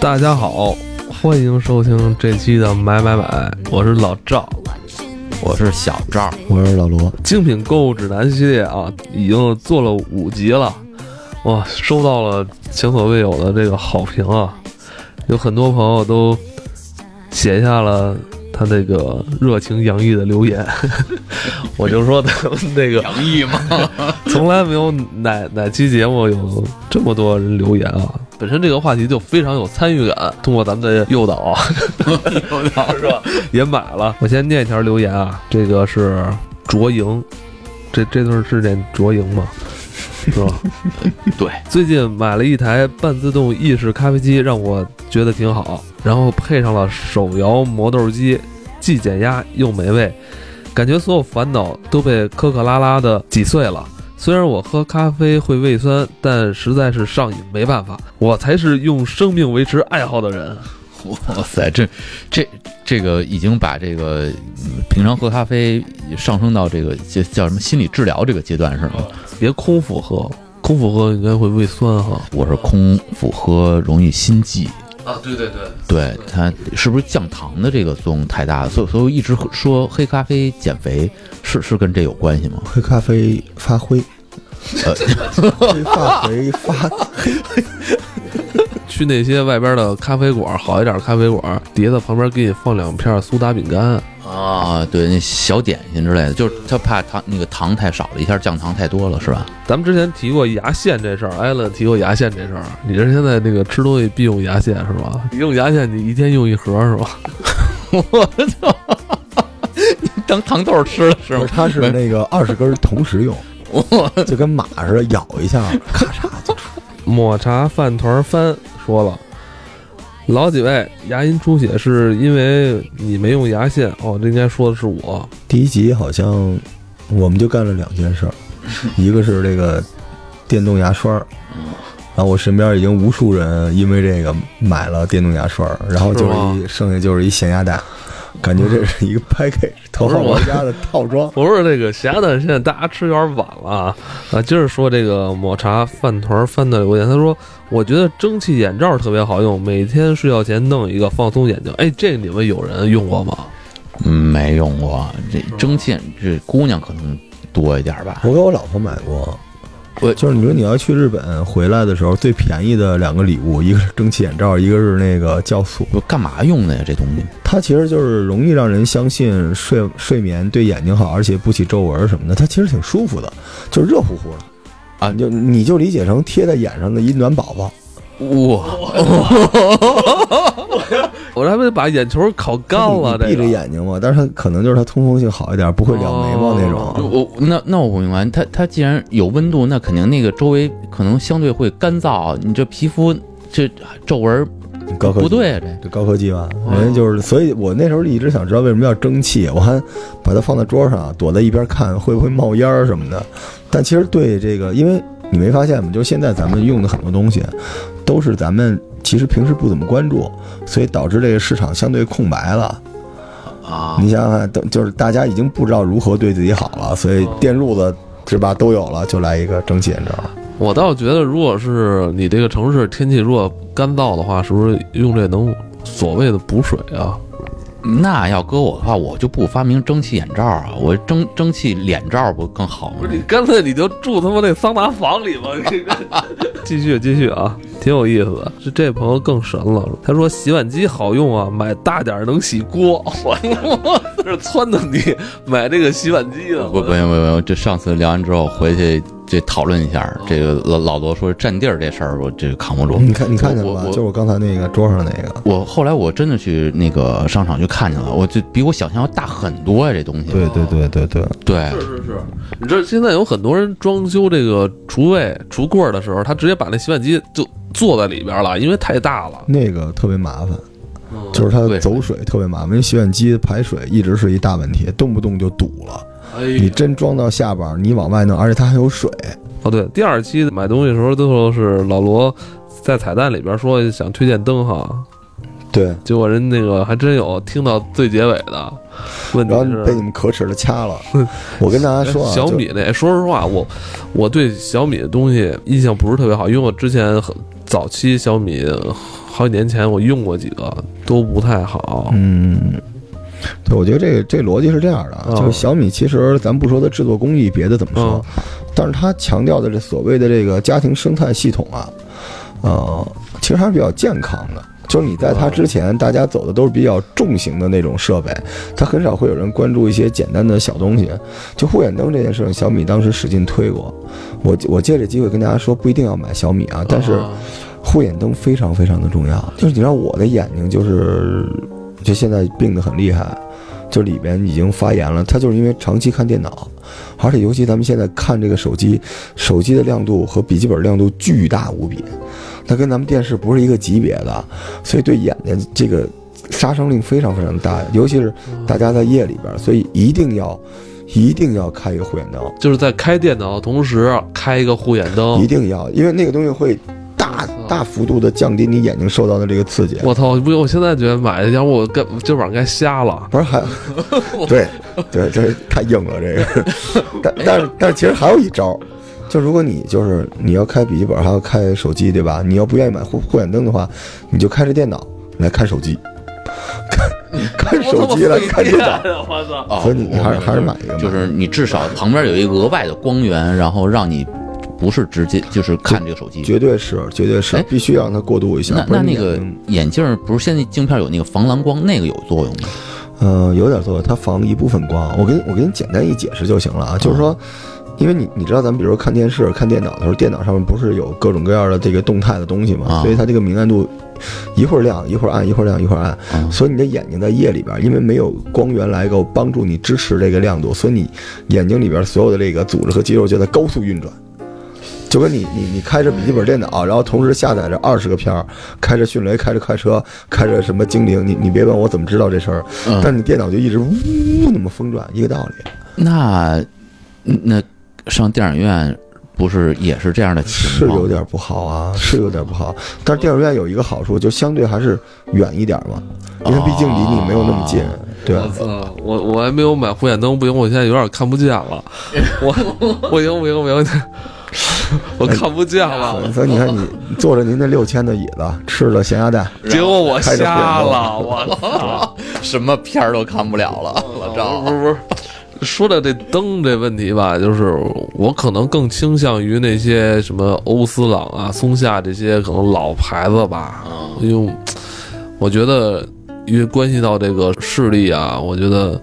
大家好，欢迎收听这期的买买买，我是老赵。我是小赵，我是老罗，精品购物指南系列啊，已经做了五集了，哇，收到了前所未有的这个好评啊！有很多朋友都写下了他那个热情洋溢的留言， 我就说咱们那个洋溢吗？从来没有哪哪期节目有这么多人留言啊！本身这个话题就非常有参与感，通过咱们的诱导啊， 有点是吧？ 也买了。我先念一条留言啊，这个是卓莹，这这段是念卓莹 吗？是吧？对，最近买了一台半自动意式咖啡机，让我觉得挺好，然后配上了手摇磨豆机，既减压又美味，感觉所有烦恼都被科科拉拉的挤碎了。虽然我喝咖啡会胃酸，但实在是上瘾，没办法，我才是用生命维持爱好的人。 哇塞，这这这个已经把这个嗯平常喝咖啡上升到这个叫叫什么心理治疗这个阶段是吗？别空腹喝，空腹喝应该会胃酸哈。我是空腹喝容易心悸，啊，对对对，对它是不是降糖的这个作用太大了？所以所以我一直说黑咖啡减肥是是跟这有关系吗？黑咖啡发灰， 黑发回呃发去那些外边的咖啡馆，好一点咖啡馆，碟子旁边给你放两片苏打饼干。啊，对，那小点心之类的，就是他怕糖那个糖太少了，一下降糖太多了，是吧？咱们之前提过牙线这事儿，艾伦提过牙线这事儿。你这现在那个吃东西必用牙线是吧？你用牙线，你一天用一盒是吧？我操！你当糖豆吃了是不吗是？它是那个二十根同时用，就跟马似的咬一下，咔嚓就出。抹茶饭团翻说了，老几位牙龈出血是因为你没用牙线哦，这应该说的是我。第一集好像我们就干了两件事儿，一个是这个电动牙刷儿，然后我身边已经无数人因为这个买了电动牙刷儿，然后就是是吗一剩下就是一咸鸭蛋，感觉这是一个 package 头号玩家的套装。不是这个咸蛋，现在大家吃有点晚了啊！啊，接着说这个抹茶饭团翻的留言，他说：“我觉得蒸汽眼罩特别好用，每天睡觉前弄一个放松眼睛。”哎，这你们有人用过吗？嗯没用过这蒸汽，这姑娘可能多一点吧。我给我老婆买过。我就是你说你要去日本回来的时候，最便宜的两个礼物，一个是蒸汽眼罩，一个是那个酵素。我干嘛用的呀？这东西它其实就是容易让人相信睡睡眠对眼睛好，而且不起皱纹什么的。它其实挺舒服的，就是热乎乎的啊你就你就理解成贴在眼上的一暖宝宝。哇， 我这还不得把眼球烤干啊了？ 你这闭着个眼睛嘛，但是它可能就是它通风性好一点，不会两眉毛那种。哦啊嗯我那那我不明白，它它既然有温度，那肯定那个周围可能相对会干燥，啊你这皮肤这皱纹高科技不对啊，这这高科技吧，人家就是，所以我那时候一直想知道为什么要蒸汽，我还把它放在桌上，躲在一边看会不会冒烟儿什么的。但其实对这个，因为你没发现吗？就是现在咱们用的很多东西，都是咱们其实平时不怎么关注，所以导致这个市场相对空白了。啊你想想看，都就是大家已经不知道如何对自己好了，所以电褥子是吧都有了，就来一个蒸汽眼罩。我倒觉得，如果是你这个城市天气如果干燥的话，是不是用这能所谓的补水啊？那要搁我的话，我就不发明蒸汽眼罩啊，我蒸蒸汽脸罩不更好吗？干脆你就住他妈那桑拿房里 吧。继续继续啊，挺有意思的。这这朋友更神了，他说洗碗机好用啊，买大点儿能洗锅。我他妈 这是撺掇你买这个洗碗机的。不不用不用，不用这上次聊完之后回去这讨论一下，这个老老罗说占地儿这事儿，我这扛不住。你看你看见了我吧？我就是我刚才那个桌上那个。我后来我真的去那个商场去看见了，我就比我想象要大很多呀、这东西。对对对对对，对是是是，你知道现在有很多人装修这个橱位、橱柜儿的时候，他直接把那洗碗机就坐在里边儿了，因为太大了。那个特别麻烦。就是它对走水特别麻烦，因为洗碗机排水一直是一大问题，动不动就堵了。哎你真装到下边儿，你往外弄，而且它还有水。哦，对，第二期买东西的时候，最后是老罗在彩蛋里边说想推荐灯哈，对，结果人那个还真有听到最结尾的，问题然后被你是。们可耻的掐了。我跟大家说啊，小就米那，说实话，我我对小米的东西印象不是特别好，因为我之前很早期小米好几年前我用过几个，都不太好。嗯，对，我觉得这个这逻辑是这样的啊，哦就是小米其实咱不说它制作工艺，别的怎么说，但是它强调的这所谓的这个家庭生态系统啊，呃，其实还是比较健康的。就是你在它之前，大家走的都是比较重型的那种设备，它很少会有人关注一些简单的小东西。就护眼灯这件事情，小米当时使劲推过。我我借这机会跟大家说，不一定要买小米啊，但是啊护眼灯非常非常的重要。就是你知道我的眼睛就是，就现在病得很厉害，就里边已经发炎了。它就是因为长期看电脑，而且尤其咱们现在看这个手机，手机的亮度和笔记本亮度巨大无比，它跟咱们电视不是一个级别的，所以对眼睛这个杀伤力非常非常大，尤其是大家在夜里边，所以一定要一定要开一个护眼灯。就是在开电脑的同时开一个护眼一灯。定要，因为那个东西会大大幅度的降低你眼睛受到的这个刺激。我操！不行，我现在觉得买，要不我该今晚上该瞎了。不 是还，对对，这太硬了这个。但哎但是但是其实还有一招，就如果你就是你要开笔记本，还要开手机，对吧？你要不愿意买护护眼灯的话，你就开着电脑来看手机， 看看手机来看电脑。我操！哦所以你还是还是买一个吧就是你至少旁边有一个额外的光源，然后让你不是直接就是看这个手机。绝对是，绝对是哎，必须让它过渡一下那。不那然你嗯那眼个睛眼镜儿不是现在镜片有那个防蓝光，那个有作用吗？呃，有点作用，它防一部分光。我跟我给你简单一解释就行了嗯啊，就是说，因为你你知道，咱们比如说看电视、看电脑的时候，电脑上面不是有各种各样的这个动态的东西嘛，啊所以它这个明暗度一会儿亮一会儿暗，一会儿亮一会儿暗，啊所以你的眼睛在夜里边，因为没有光源来够帮助你支持这个亮度，所以你眼睛里边所有的这个组织和肌肉就在高速运转。就跟你你你开着笔记本电脑，然后同时下载着二十个片儿，开着迅雷，开着快车，开着什么精灵，你你别问我怎么知道这事儿，嗯但你电脑就一直呜那么疯转，一个道理。那那上电影院不是也是这样的情是况？有点不好啊，是有点不好。但是电影院有一个好处，就相对还是远一点嘛，因为毕竟离你没有那么近。对我操！嗯我我还没有买护眼灯，不行，我现在有点看不见了。我不行不行不行，我看不见了。所以你看，你坐着您那六千的椅子，吃了咸鸭蛋，结果我开着护眼瞎灯 了，我操！什么片儿都看不了了，老不赵。是不是， 说到这灯这问题吧，就是我可能更倾向于那些什么欧司朗啊、松下这些可能老牌子吧，因为我觉得因为关系到这个视力啊，我觉得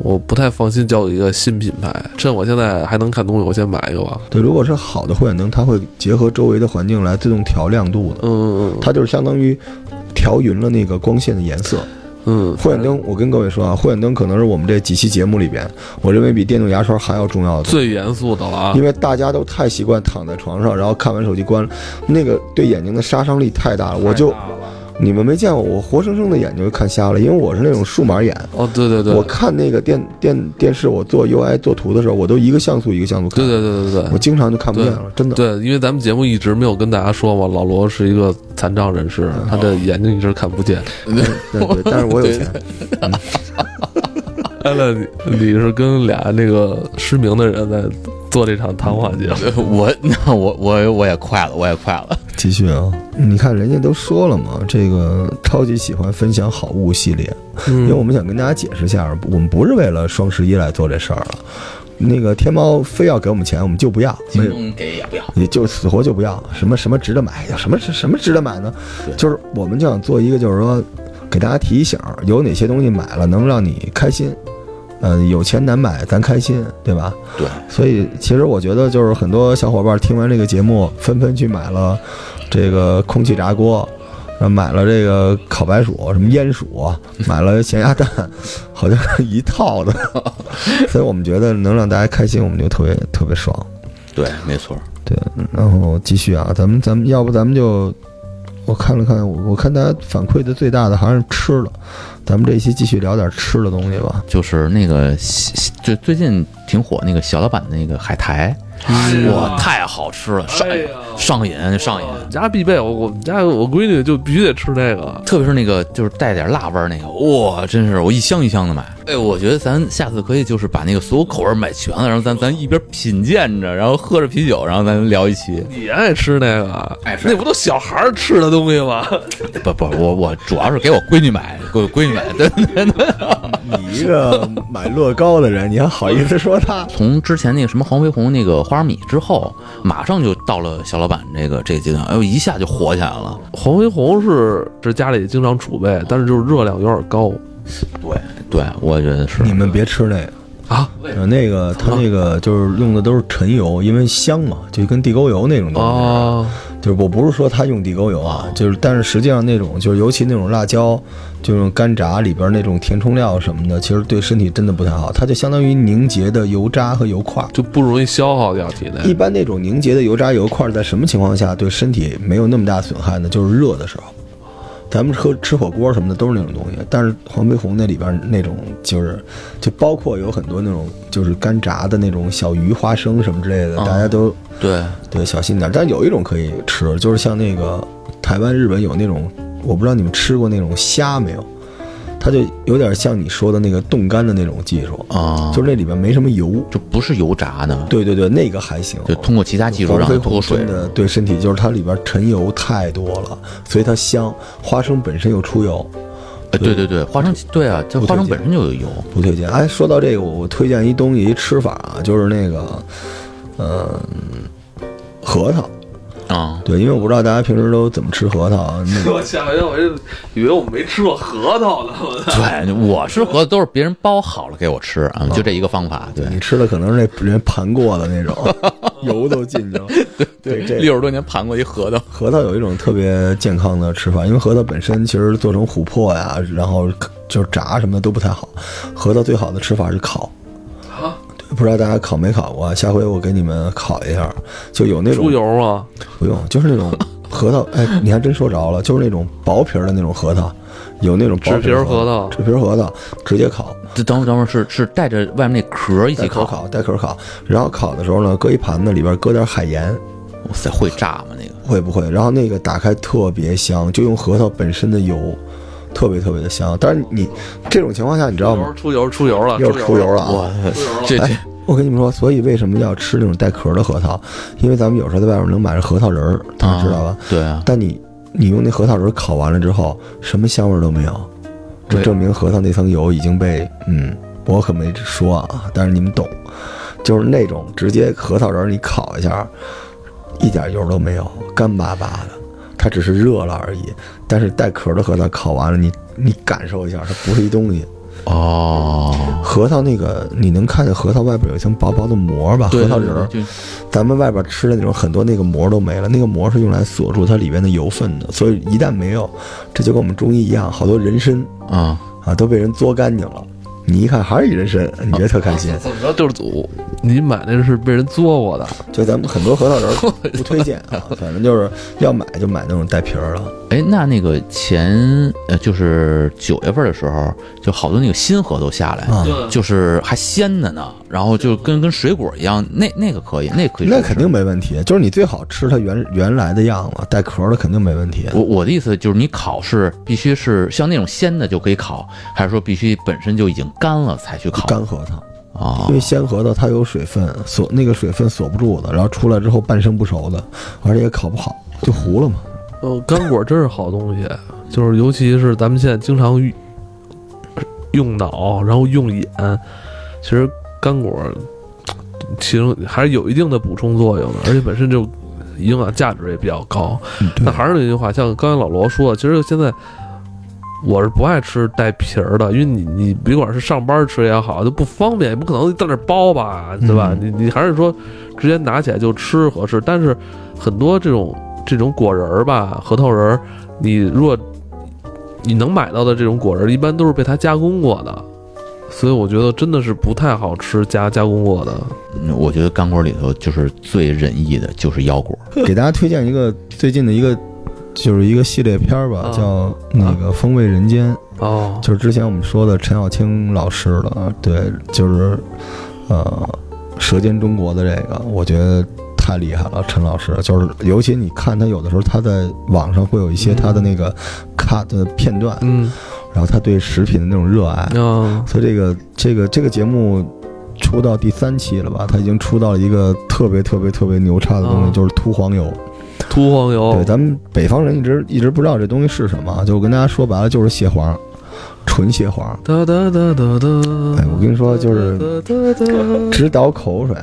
我不太放心交给一个新品牌。趁我现在还能看东西，我先买一个吧。对，如果是好的护眼灯，它会结合周围的环境来自动调亮度的，嗯嗯它就是相当于调匀了那个光线的颜色。嗯，护眼灯，我跟各位说啊，护眼灯可能是我们这几期节目里边，我认为比电动牙刷还要重要的。最严肃的了啊因。为大家都太习惯躺在床上，然后看完手机关了，那个对眼睛的杀伤力太大了。我就你们没见过，我活生生的眼睛就看瞎了，因为我是那种数码眼。哦，对对对，我看那个电电电视，我做 UI 做图的时候，我都一个像素一个像素看。对对对对对我。经常就看不见了，真的。对，因为咱们节目一直没有跟大家说嘛，老罗是一个残障人士，他的眼睛一直看不见。对对，但是我有钱，艾伦，你你是跟俩那个失明的人在做这场谈话节目？ 我那我我我也快了，我也快了。继续啊！你看人家都说了嘛，这个超级喜欢分享好物系列，嗯因为我们想跟大家解释一下，我们不是为了双十一来做这事儿了。那个天猫非要给我们钱，我们就不要，没有。东给也不要。你就死活就不要什么什么值得买，有什么值什么值得买呢对？就是我们就想做一个，就是说给大家提醒，有哪些东西买了能让你开心。嗯、有钱难买，咱开心，对吧？对，所以其实我觉得，就是很多小伙伴听完这个节目，纷纷去买了这个空气炸锅，呃买了这个烤白薯，什么烟薯，买了咸鸭蛋，好像是一套 的。所以我们觉得能让大家开心，我们就特别特别爽。对，没错。然后继续啊，咱们咱们要不咱们就，我看了看，我我看大家反馈的最大的还是吃了，咱们这一期继续聊点吃的东西吧。就是那个西西就最近挺火那个小老板那个海苔，哇，太好吃了，上哎呀上瘾上瘾。我们家必备，我我们家我闺女就必须得吃这个。特别是那个就是带点辣味儿那个，哇，真是我一箱一箱的买。哎，我觉得咱下次可以就是把那个所有口味儿买全了，然后咱咱一边品鉴着，然后喝着啤酒，然后咱聊一期。你爱吃那个爱，吃那不都小孩儿吃的东西吗？不不，我我主要是给我闺女买，给我闺女买。对 对对。 你一个买乐高的人，你还好意思说他？从之前那个什么黄飞鸿那个花生米之后，马上就到了小老板这个这个阶段，哎呦，一下就火起来了。黄飞鸿是这家里经常储备，但是就是热量有点高对对，我觉得是。 你们别吃那个。啊。呃，那个它那个就是用的都是陈油，因为香嘛，就跟地沟油那种东西。哦，就是我不是说它用地沟油啊，就是但是实际上那种就是尤其那种辣椒，就是干炸里边那种填充料什么的，其实对身体真的不太好。它就相当于凝结的油渣和油块。就不容易消耗掉体一内。般那种凝结的油渣油块在什么情况下对身体没有那么大损害呢？就是热的时候。咱们喝吃火锅什么的都是那种东西，但是黄飞鸿那里边那种就是，就包括有很多那种就是干炸的那种小鱼、花生什么之类的，哦大家都对，对小心点儿。但有一种可以吃，就是像那个台湾、日本有那种，我不知道你们吃过那种虾没有？它就有点像你说的那个冻干的那种技术，啊、就是那里边没什么油。就不是油炸的，对对对，那个还行。就通过其他技术黄让飞它鸿脱水真。的对身体，就是它里边沉油太多了，所以它香。花生本身又出油，哎，对对对，花生对啊，这不花生推荐本身就有油。不推荐。哎，说到这个，我我推荐一东西一吃法啊，就是那个，嗯，核桃。啊、对，因为我不知道大家平时都怎么吃核桃啊。那个我吓我一跳，我就以为我没吃过核桃呢。我 操 对，我吃核桃都是别人包好了给我吃啊，就这一个方法。对，你吃的可能是那人盘过的 那种，油都进去了。对，这六十多年盘过一核桃，核桃有一种特别健康的吃法，因为核桃本身其实做成琥珀呀，然后就是炸什么的都不太好。核桃最好的吃法是烤。啊，对不知道大家烤没烤过？啊下回我给你们烤一下，就有那种猪油吗？不用，就是那种核桃。哎，你还真说着了，就是那种薄皮儿的那种核桃，有那种薄纸皮儿核桃桃，纸皮儿核桃直接烤，这等会儿等会儿是是带着外面那壳儿一带起壳烤。烤，带壳烤。然后烤的时候呢，搁一盘子里边搁点海盐，哇塞，会炸吗？那个会不会？然后那个打开特别香，就用核桃本身的油，特别特别的香。但是你这种情况下，你知道吗？出油出油了，又出出油了。了啊！出 油了这这哎，我跟你们说，所以为什么要吃那种带壳的核桃？因为咱们有时候在外面能买着核桃仁儿，大家知道吧？啊对啊，但你你用那核桃仁烤完了之后，什么香味儿都没有，这对证明核桃那层油已经被嗯，我可没说啊，但是你们懂，就是那种直接核桃仁儿你烤一下，一点油都没有，干巴巴的，它只是热了而已。但是带壳的核桃烤完了，你你感受一下，它不是一东西。哦，核桃那个你能看见核桃外边有一层薄薄的膜吧？对核桃仁儿，对对咱们外边吃的那种很多那个膜都没了，那个膜是用来锁住它里边的油分的，所以一旦没有，这就跟我们中医一样，好多人参就啊，啊都被人嘬干净了。你一看还是一人参，你觉得特开心。怎么着就是祖，你买那是被人嘬过的，就咱们很多核桃仁儿不推荐啊，反正就是要买就买那种带皮儿了。哎，那那个前呃，就是九月份的时候，就好多那个新核桃下来，啊对就是还鲜的呢，然后就跟跟水果一样，那那个可以，那可以，那肯定。没问题，就是你最好吃它原原来的样子，带壳儿的肯定没问题。我我的意思就是，你烤是必须是像那种鲜的就可以烤，还是说必须本身就已经干了才去烤？干核桃，啊因为鲜核桃它有水分锁，那个水分锁不住的，然后出来之后半生不熟的，而且也烤不好，就糊了嘛。呃，干果真是好东西，就是尤其是咱们现在经常用用脑，然后用眼，其实干果其中还是有一定的补充作用的，而且本身就营养价值也比较高。嗯对那还是那句话，像刚才老罗说的，其实现在我是不爱吃带皮儿的，因为你你别管是上班吃也好，就不方便，也不可能在那儿包吧，对吧？嗯你你还是说直接拿起来就吃合适。但是很多这种这种果仁儿吧，核桃仁儿，你如果你能买到的这种果仁儿，一般都是被它加工过的。所以我觉得真的是不太好吃加加工过的，嗯我觉得干果里头就是最仁义的，就是腰果。 给大家推荐一个最近的一个，就是一个系列片儿吧，啊叫那个《风味人间》，哦，啊就是之前我们说的陈小青老师的，对，就是呃，舌尖中国》的这个，我觉得太厉害了，陈老师就是，尤其你看他有的时候他在网上会有一些他的那个 cut 的片段，嗯然后他对食品的那种热爱，啊，所以这个这个这个节目出到第三期了吧，他已经出到了一个特别特别特别牛叉的东西，嗯就是秃黄油。秃黄油对，，咱们北方人一直一直不知道这东西是什么，啊就我跟大家说白了就是蟹黄，纯蟹黄，哒哒哒哒哒。哎我跟你说就是哒哒哒直倒口水。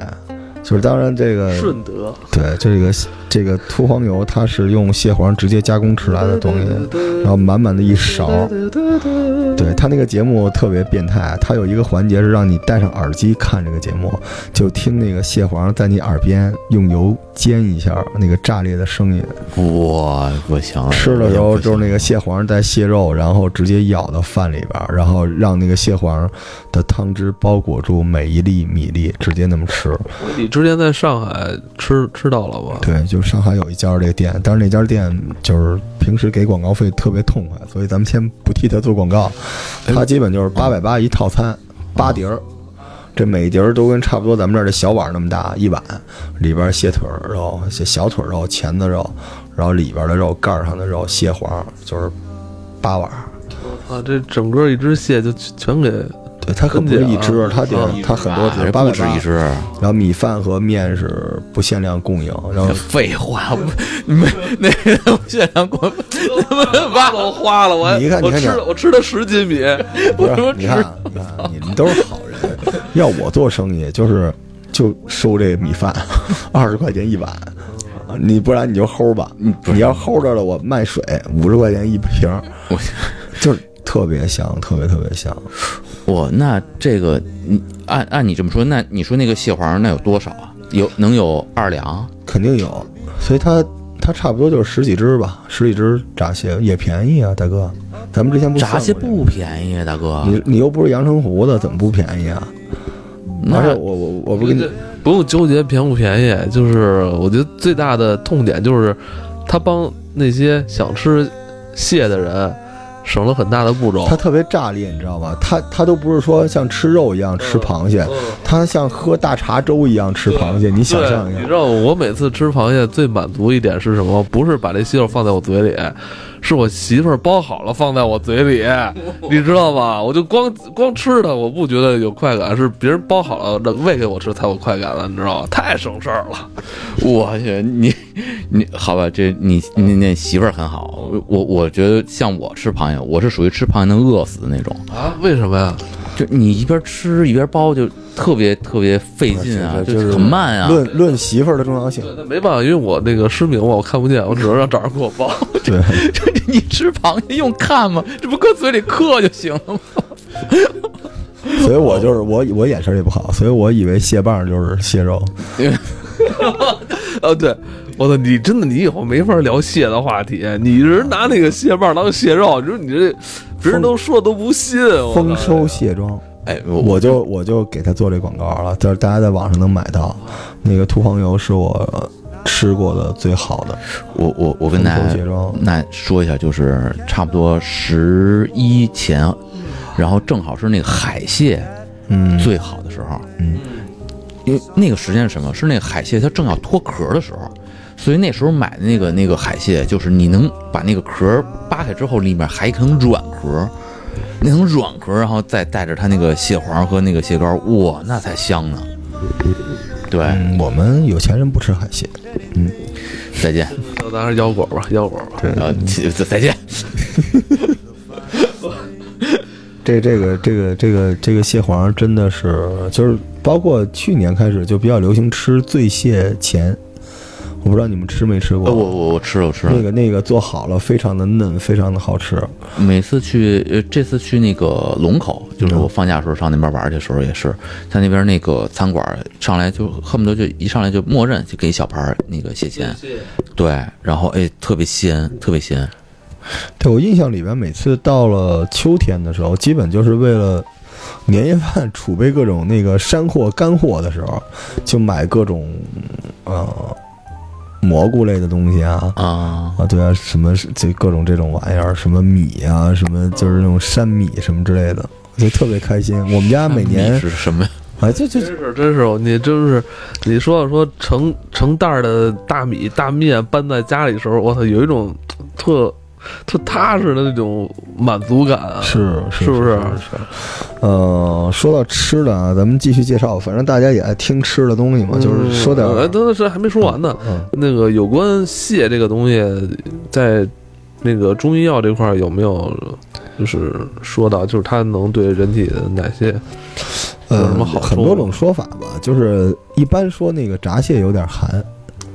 就是当然这个顺德对这个这个秃黄油，它是用蟹黄直接加工出来的东西，然后满满的一勺。对他那个节目特别变态，他有一个环节是让你戴上耳机看这个节目，就听那个蟹黄在你耳边用油煎一下那个炸裂的声音。哇，啊不行了，吃的时候就是那个个蟹黄带蟹肉，然后直接舀到饭里边儿，然后让那个蟹黄的汤汁包裹住每一粒米粒，直接那么吃。你之前在上海吃吃到了吗？对，就上海有一家这个店，但是那家店就是平时给广告费特别痛快，所以咱们先不替他做广告。哎他基本就是八百八一套餐，八碟儿，这每碟儿都跟差不多咱们这儿的小碗那么大一碗，里边儿蟹腿儿肉、蟹小腿儿肉、钳子肉，然后里边儿的肉、盖儿上的肉、蟹黄，就是八碗儿。啊，这整个一只蟹就全给对，它可不是一只，分解啊它得嗯它很多只，八哎不百止八一。只。然后米饭和面是不限量供应， 然后 废话，不你们那个血量锅，他们挖 挖都花了，我还你看你我看吃这了我吃了十斤 米，不我说是，你看吃，你看，你们都是好人。要我做生意，就是就收这米饭，二十块钱一碗。你不然你就齁吧，嗯你要齁着了，我卖水五十块钱一瓶儿，我就是特别香，特别特别香。我那这个你按按你这么说，那你说那个蟹黄那有多少啊？有能有二两？肯定有，所以它它差不多就是十几只吧，十几只炸蟹也便宜啊，大哥。咱们之前不算炸过蟹这个不便宜啊，大哥。你你又不是阳澄湖的，怎么不便宜啊？而且那我我我不跟你这不用纠结便不便宜，就是我觉得最大的痛点就是他帮那些想吃蟹的人省了很大的步骤。他特别炸裂，你知道吗？他他都不是说像吃肉一样嗯吃螃蟹，他像喝大茶粥一样吃螃蟹。你想象对，一你知下，道我每次吃螃蟹最满足一点是什么？不是把这蟹肉放在我嘴里，是我媳妇儿包好了放在我嘴里， 你知道吗？我就光光吃它，我不觉得有快感，是别人包好了那喂给我吃才有快感了，你知道吗？太省事儿了。我去，你你好吧，这你你那媳妇儿很好。我我我觉得像我吃螃蟹，我是属于吃螃蟹能饿死的那种。啊？为什么呀？就你一边吃一边剥，就特别特别费劲啊，就很慢啊。论论媳妇儿的重要性，那没办法，因为我那个失明嘛，我看不见，我只能让找人给我包。 对，这 你吃螃蟹用看吗？这不搁嘴里嗑就行了吗？所以我就是我我眼神也不好，所以我以为蟹棒就是蟹肉。哦 啊，对，我操，你真的你以后没法聊蟹的话题，你人拿那个蟹棒当蟹肉，你说你这别人都说都不信，我操丰收蟹哦庄，哎，我就我就给他做这广告了，就是大家在网上能买到。那个秃黄油是我吃过的最好的，我我我跟大丰收家节中那说一下，就是差不多十一前，然后正好是那个海蟹嗯，最好的时候，嗯，因为那个时间是什么？是那个海蟹它正要脱壳的时候，所以那时候买的那个那个海蟹，就是你能把那个壳扒开之后，里面还一层软壳，那层软壳，然后再带着它那个蟹黄和那个蟹膏，哇，那才香呢。对，嗯，我们有钱人不吃海蟹，再见，就咱还是腰果吧，腰果吧。对呃，再再见。这这个这个这个这个蟹黄真的是，就是包括去年开始就比较流行吃醉蟹钳，我不知道你们吃没吃过。呃我我我吃了我吃了那，个那个做好了，非常的嫩，非常的好吃。每次去，呃，这次去那个龙口，嗯就是我放假的时候上那边玩去的时候也是，在那边那个餐馆上来就恨不得就一上来就默认就给一小盘儿那个蟹钳，对，然后哎特别鲜，特别鲜，对我印象里边，每次到了秋天的时候，基本就是为了年夜饭储备各种那个山货干货的时候，就买各种呃蘑菇类的东西啊，啊，啊，对啊，什么是这各种这种玩意儿，什么米啊，什么就是那种山米什么之类的，就特别开心。我们家每那米年是什么呀？哎，这这真是真是，你真是，你说要说成成袋儿的大米大面搬在家里的时候，我操，有一种特特踏实的那种满足感啊！是是不不是是？呃，说到吃的啊，咱们继续介绍，反正大家也爱听吃的东西嘛，就是说点嗯哎，等等，是还没说完呢。嗯那个有关蟹这个东西，在那个中医药这块儿有没有就是说到，就是它能对人体的哪些？有呃什么好处很多种说法吧，就是一般说那个炸蟹有点寒，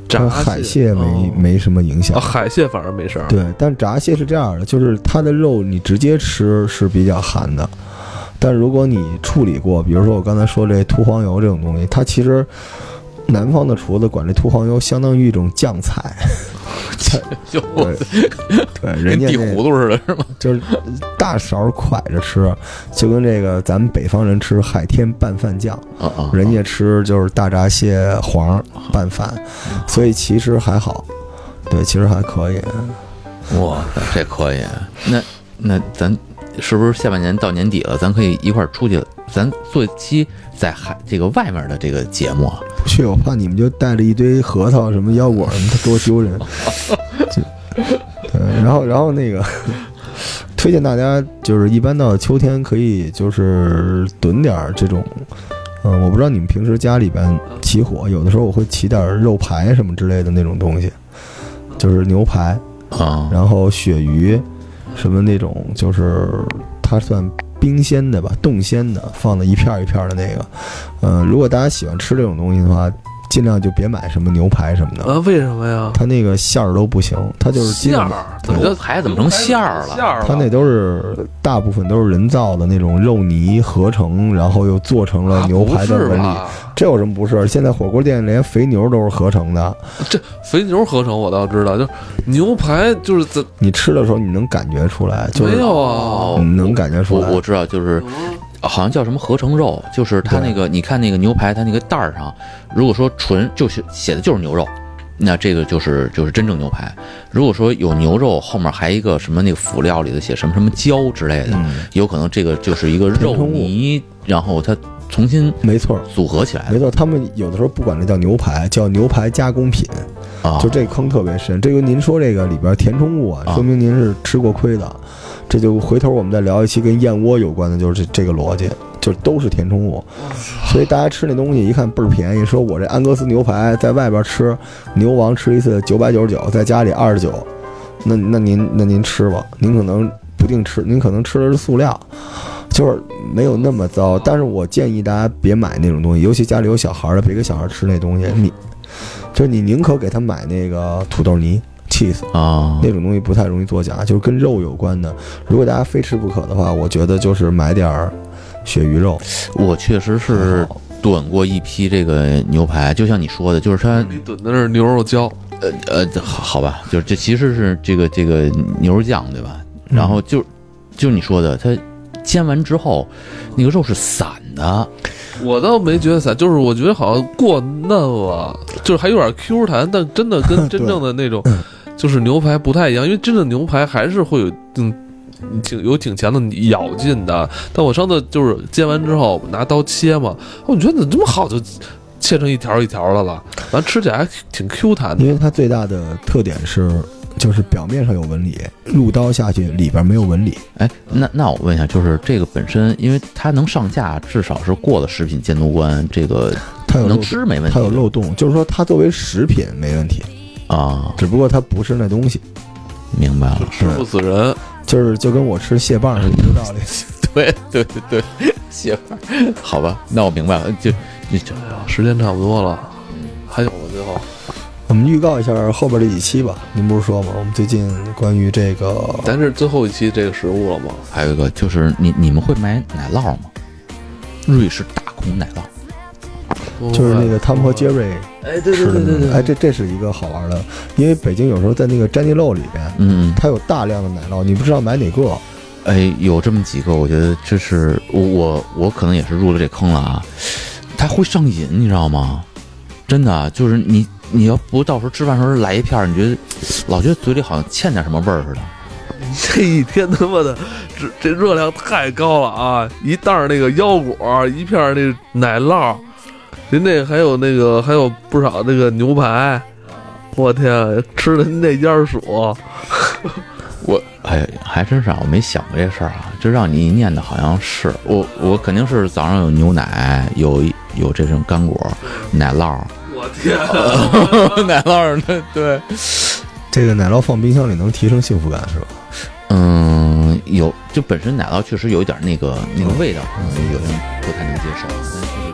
炸但海蟹蟹没、哦没什么影响啊，。海蟹反而没事儿。对，但炸蟹是这样的，就是它的肉你直接吃是比较寒的，但如果你处理过，比如说我刚才说这秃黄油这种东西，它其实南方的厨子管这秃黄油相当于一种酱菜， 就对，对，跟人家地那葫芦似的，是吧？就是大勺蒯着吃，就跟这个咱们北方人吃海天拌饭酱，啊啊，人家吃就是大闸蟹黄拌饭，啊所以其实还好，对，其实还可以。哇，这可以。啊那那咱是不是下半年到年底了，咱可以一块儿出去，咱做一期在海这个外面的这个节目啊？不去，我怕你们就带着一堆核桃、什么腰果什么的，多丢人。 就对，然后然后那个，推荐大家就是一般到秋天可以就是囤点儿这种。嗯，我不知道你们平时家里边起火，有的时候我会起点儿肉排什么之类的那种东西，就是牛排，啊，然后鳕鱼，什么那种就是它算冰鲜的吧，冻鲜的，放的一片儿一片儿的那个。呃，如果大家喜欢吃这种东西的话，尽量就别买什么牛排什么的，啊，为什么呀？它那个馅儿都不行，它就是馅尽量儿，对牛排怎么成馅儿馅了？儿了？它那都是大部分都是人造的那种肉泥合成，然后又做成了啊牛排的不是纹理。吧这有什么不是？现在火锅店连肥牛都是合成的，这肥牛合成我倒知道，就是牛排就是怎你吃的时候你能感觉出来，就没是有啊？嗯能感觉出我来。哦我知道，就是好像叫什么合成肉，就是它那个，你看那个牛排，它那个袋儿上，如果说纯就是写的就是牛肉，那这个就是就是真正牛排。如果说有牛肉，后面还一个什么那个辅料里头写什么什么胶之类的，嗯，有可能这个就是一个填充肉物泥，然后它重新没错儿。组合起来没错，他们有的时候不管这叫牛排，叫牛排加工品，的啊就。这坑特别深。这个您说这个里边填充物啊，啊说明您是吃过亏的。这就回头我们再聊一期跟燕窝有关的，就是这这个逻辑，就是都是填充物。所以大家吃那东西一看倍儿便宜，说我这安格斯牛排在外边吃，牛王吃一次九百九十九，在家里二十九，那那您那您吃吧，您可能不定吃，您可能吃的是塑料。就是没有那么糟，但是我建议大家别买那种东西，尤其家里有小孩儿的，别给小孩儿吃那东西。你，就是你宁可给他买那个土豆泥、cheese 啊那种东西，不太容易作假，就是跟肉有关的。如果大家非吃不可的话，我觉得就是买点儿鳕鱼肉，我确实是炖过一批这个牛排，就像你说的，就是它你炖的是牛肉胶，呃呃，这好好吧，就是这其实是这个这个牛肉酱对吧？嗯然后就就你说的，它煎完之后，那个肉是散的，我倒没觉得散，就是我觉得好像过嫩了，就是还有点 Q 弹，但真的 跟真正的那种嗯就是牛排不太一样，因为真正牛排还是会有嗯。挺有挺强的咬劲的，但我上次就是煎完之后拿刀切嘛，我觉得怎么这么好就切成一条一条的了，完吃起来还挺 Q 弹的因为它最大的特点是，就是表面上有纹理，入刀下去里边没有纹理。哎，那那我问一下，就是这个本身，因为它能上架，至少是过了食品监督官，这个它有漏能，吃没问题它有漏洞，就是说它作为食品没问题，啊，只不过它不是那东西，明白了，吃不死人。就是就跟我吃蟹棒是一个道理。 对对对， 媳妇儿，好吧，那我明白了，就就就哎呀，时间差不多了，还有吗？最后我们预告一下后边这几期吧。您不是说吗？我们最近关于这个，咱是最后一期这个食物了吗？还有一个就是你你们会买奶酪吗？瑞士大孔奶酪。就是那个汤姆和杰瑞哎，对吃对的对那对个，对，哎，这这是一个好玩的，因为北京有时候在那个詹记漏里边，嗯，它有大量的奶酪，你不知道买哪个。哎，有这么几个，我觉得这是我我我可能也是入了这坑了啊，它会上瘾，你知道吗？真的，啊就是你你要不到时候吃饭时候来一片儿，你觉得老觉得嘴里好像欠点什么味儿似的。 这一天他妈的，这这热量太高了啊！一袋儿那个腰果，一片儿那奶酪，您那还有那个还有不少那个牛排，我天，啊吃的您那烟鼠，我哎，还真是啊，我没想过这事儿啊，这让你一念的好像是我，我肯定是早上有牛奶，有有这种干果、奶酪，我天，奶酪的对，这个奶酪放冰箱里能提升幸福感是吧？嗯，嗯有就本身奶酪确实有一点那个那个味道，可能有人不太能接受，但是。